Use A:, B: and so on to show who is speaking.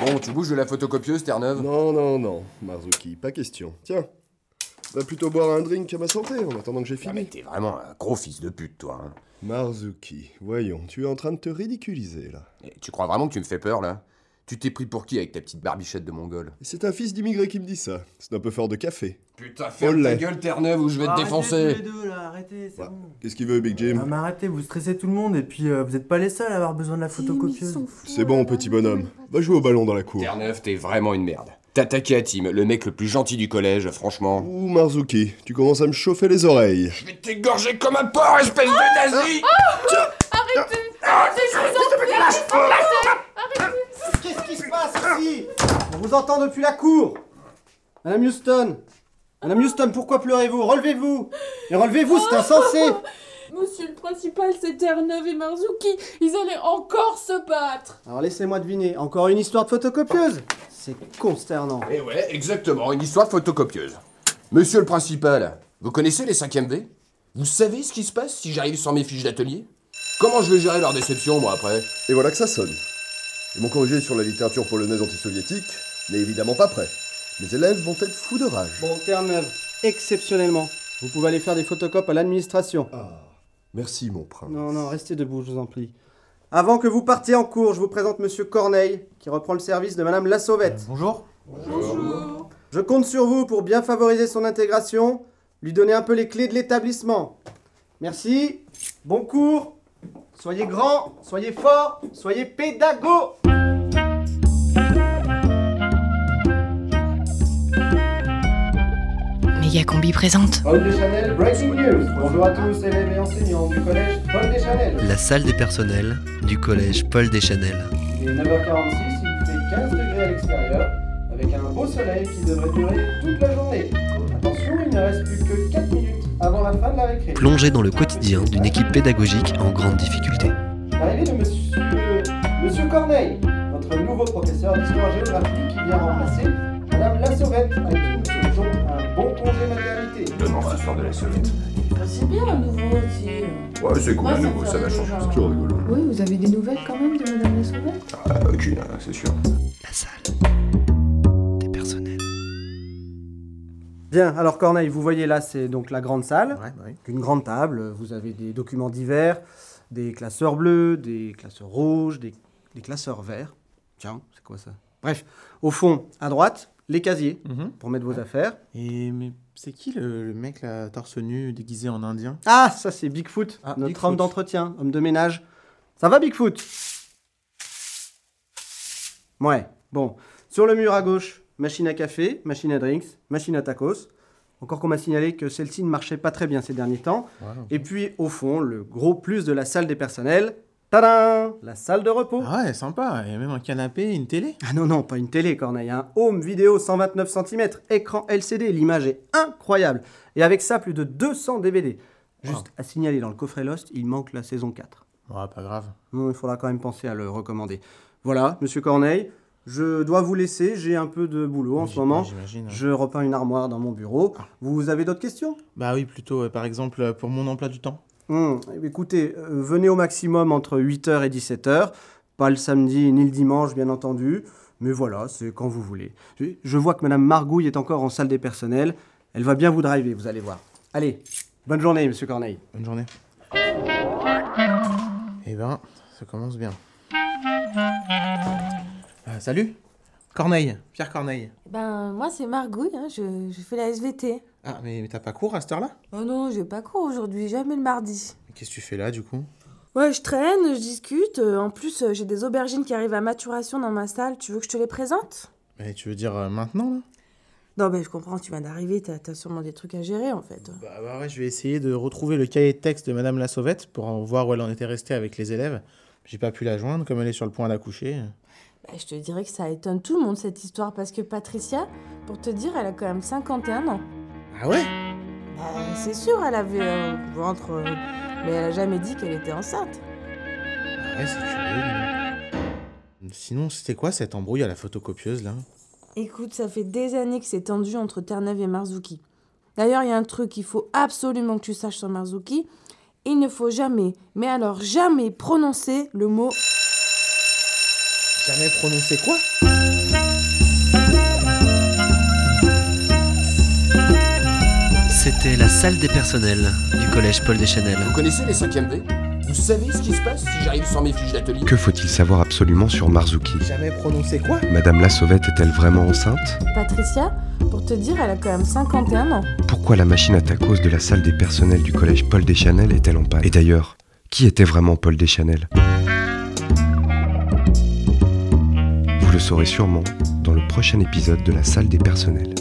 A: Bon, tu bouges de la photocopieuse, Terre-Neuve
B: Non, non, non, Marzuki, pas question. Tiens, va plutôt boire un drink à ma santé en attendant que j'ai
A: Ah, mais
B: fini.
A: t'es vraiment un gros fils de pute, toi. hein.
B: Marzuki, voyons, tu es en train de te ridiculiser là.
A: Eh, tu crois vraiment que tu me fais peur, là Tu t'es pris pour qui avec ta petite barbichette de mongol
B: C'est un fils d'immigré qui me dit ça. C'est un peu fort de café.
A: Putain,
B: ferme ta
A: gueule, Terre-Neuve, ou je
C: Arrêtez tous les deux, là, arrêtez, c'est
B: Ouais.
C: bon.
B: Qu'est-ce qu'il veut, Big
C: Non,
B: Jim
C: mais arrêtez, vous stressez tout le monde et puis euh, vous êtes pas les seuls à avoir besoin de la photocopieuse.
B: C'est bon, petit bonhomme. Va jouer au ballon dans la cour.
A: Terre-Neuve, t'es vraiment une merde. T'as attaqué à Tim, le mec le plus gentil du collège, franchement.
B: Ouh, Marzuki, tu commences à me chauffer les oreilles.
A: Je vais t'égorger comme un porc, espèce de nazi
D: Qu'est-ce qui se passe ici On vous entend depuis la cour Madame Houston Madame Houston, pourquoi pleurez-vous Relevez-vous Et relevez-vous, c'est insensé
E: Monsieur le principal, c'est Terre-Neuve et Marzuki. Ils allaient encore se battre.
D: Alors laissez-moi deviner, encore une histoire de photocopieuse C'est consternant.
A: Eh ouais, exactement, une histoire de photocopieuse. Monsieur le principal, vous connaissez les 5e V Vous savez ce qui se passe si j'arrive sans mes fiches d'atelier Comment je vais gérer leur déception, moi, après
B: Et voilà que ça sonne. Et mon corrigé sur la littérature polonaise antisoviétique n'est évidemment pas prêt. Mes élèves vont être fous de rage.
D: Bon, Terre-Neuve, exceptionnellement, vous pouvez aller faire des photocopes à l'administration.
B: Ah, Merci, mon prince.
D: Non, non, restez debout, je vous en prie. Avant que vous partiez en cours, je vous présente Monsieur Corneille, qui reprend le service de Madame Lasauvette.
C: Bonjour.
E: Bonjour.
D: Je compte sur vous pour bien favoriser son intégration, lui donner un peu les clés de l'établissement. Merci, bon cours, soyez grand, soyez fort, soyez pédago.
F: Megacombi présente.
D: Paul Deschanel, Breaking News. Bonjour à tous, élèves et enseignants du collège Paul Deschanel.
G: La salle des personnels du collège Paul Deschanel.
D: Il est 9h46, il fait 15 degrés à l'extérieur, avec un beau soleil qui devrait durer toute la journée. Attention, il ne reste plus que 4 minutes avant la fin de la récré.
G: Plongé dans le quotidien d'une équipe pédagogique en grande difficulté.
D: L'arrivée de monsieur, monsieur Corneille, notre nouveau professeur d'histoire-géographie qui vient remplacer Madame Lassauvette, à qui nous souhaitons un bon congé maternité.
A: Demain, ce soir de la semaine.
H: Ah, C'est bien un nouveau aussi.
A: Ouais, c'est cool,
H: Moi,
A: à
H: ça me
A: nouveau,
H: fait
A: ça va
H: rire,
A: changer.
H: genre.
B: rigolo.
H: Oui, vous avez des nouvelles quand même de Madame la Sauvette
A: Ah, aucune, hein, c'est sûr.
G: La salle des personnels.
D: Bien, alors Corneille, vous voyez là, c'est donc la grande salle,
C: Ouais, bah ouais.
D: une grande table. Vous avez des documents divers, des classeurs bleus, des classeurs rouges, des, des classeurs verts. Tiens, c'est quoi ça Bref, au fond, à droite, les casiers pour mettre vos affaires.
C: Et mais c'est qui le, le mec là, torse nu, déguisé en indien
D: Ah, ça c'est Bigfoot,
C: Ah,
D: notre
C: Bigfoot.
D: homme d'entretien, homme de ménage. Ça va Bigfoot Ouais, bon. Sur le mur à gauche, machine à café, machine à drinks, machine à tacos. Encore qu'on m'a signalé que celle-ci ne marchait pas très bien ces derniers temps. Et puis au fond, le gros plus de la salle des personnels. Tadam La salle de repos.
C: Ah ouais, sympa. Il y a même un canapé, une télé.
D: Ah non, non, pas une télé, Corneille, un home vidéo 129 cm, écran LCD, l'image est incroyable. Et avec ça, plus de 200 DVD. Juste à signaler, dans le coffret Lost, il manque la saison 4.
C: Ouais, pas grave.
D: Non, il faudra quand même penser à le recommander. Voilà, monsieur Corneille, je dois vous laisser, j'ai un peu de boulot en
C: J'im-
D: ce moment.
C: J'imagine. Ah. ouais.
D: Je repeins une armoire dans mon bureau. Vous avez d'autres questions
C: Bah oui, plutôt, euh, par exemple, euh, pour mon emploi du temps.
D: Hum, Écoutez, euh, venez au maximum entre 8h et 17h. Pas le samedi ni le dimanche, bien entendu. Mais voilà, c'est quand vous voulez. Je, je vois que Madame Margouille est encore en salle des personnels. Elle va bien vous driver, vous allez voir. Allez, bonne journée, Monsieur Corneille.
C: Bonne journée. Eh ben, ça commence bien. Euh, salut Corneille, Pierre Corneille.
I: Ben, moi, c'est Margouille, hein, je, je fais la SVT.
C: Ah, mais, mais t'as pas cours à cette heure-là
I: Oh non, j'ai pas cours aujourd'hui, jamais le mardi.
C: Mais Qu'est-ce que tu fais là, du coup
I: Ouais, je traîne, je discute. euh, En plus, euh, j'ai des aubergines qui arrivent à maturation dans ma salle. Tu veux que je te les présente
C: Mais tu veux dire euh, maintenant, là
I: Non, ben, je comprends, tu viens d'arriver, t'as t'as sûrement des trucs à gérer, en fait.
C: Bah, bah ouais, je vais essayer de retrouver le cahier de texte de Madame la Sauvette pour en voir où elle en était restée avec les élèves. J'ai pas pu la joindre, comme elle est sur le point d'accoucher.
I: Ben, je te dirais que ça étonne tout le monde, cette histoire, parce que Patricia, pour te dire, elle a quand même 51 ans.
C: Ah ouais
I: Ben, c'est sûr, elle avait un ventre, euh, mais elle a jamais dit qu'elle était enceinte.
C: Ah Ouais, c'est curieux. mais- Sinon, c'était quoi cette embrouille à la photocopieuse, là
I: Écoute, ça fait des années que c'est tendu entre Terre-Neuve et Marzuki. D'ailleurs, il y a un truc qu'il faut absolument que tu saches sur Marzuki. Il ne faut jamais, mais alors jamais prononcer le mot
C: Jamais prononcé quoi
G: C'était la salle des personnels du collège Paul Deschanel.
A: Vous connaissez les 5e V Vous savez ce qui se passe si j'arrive sans mes fiches d'atelier
F: Que faut-il savoir absolument sur Marzuki
C: Jamais prononcé quoi
F: Madame La Sauvette est-elle vraiment enceinte
I: Patricia, pour te dire, elle a quand même 51 ans.
F: Pourquoi la machine à tacos de la salle des personnels du collège Paul Deschanel est-elle en panne Et d'ailleurs, qui était vraiment Paul Deschanel Vous le saurez sûrement dans le prochain épisode de la salle des personnels.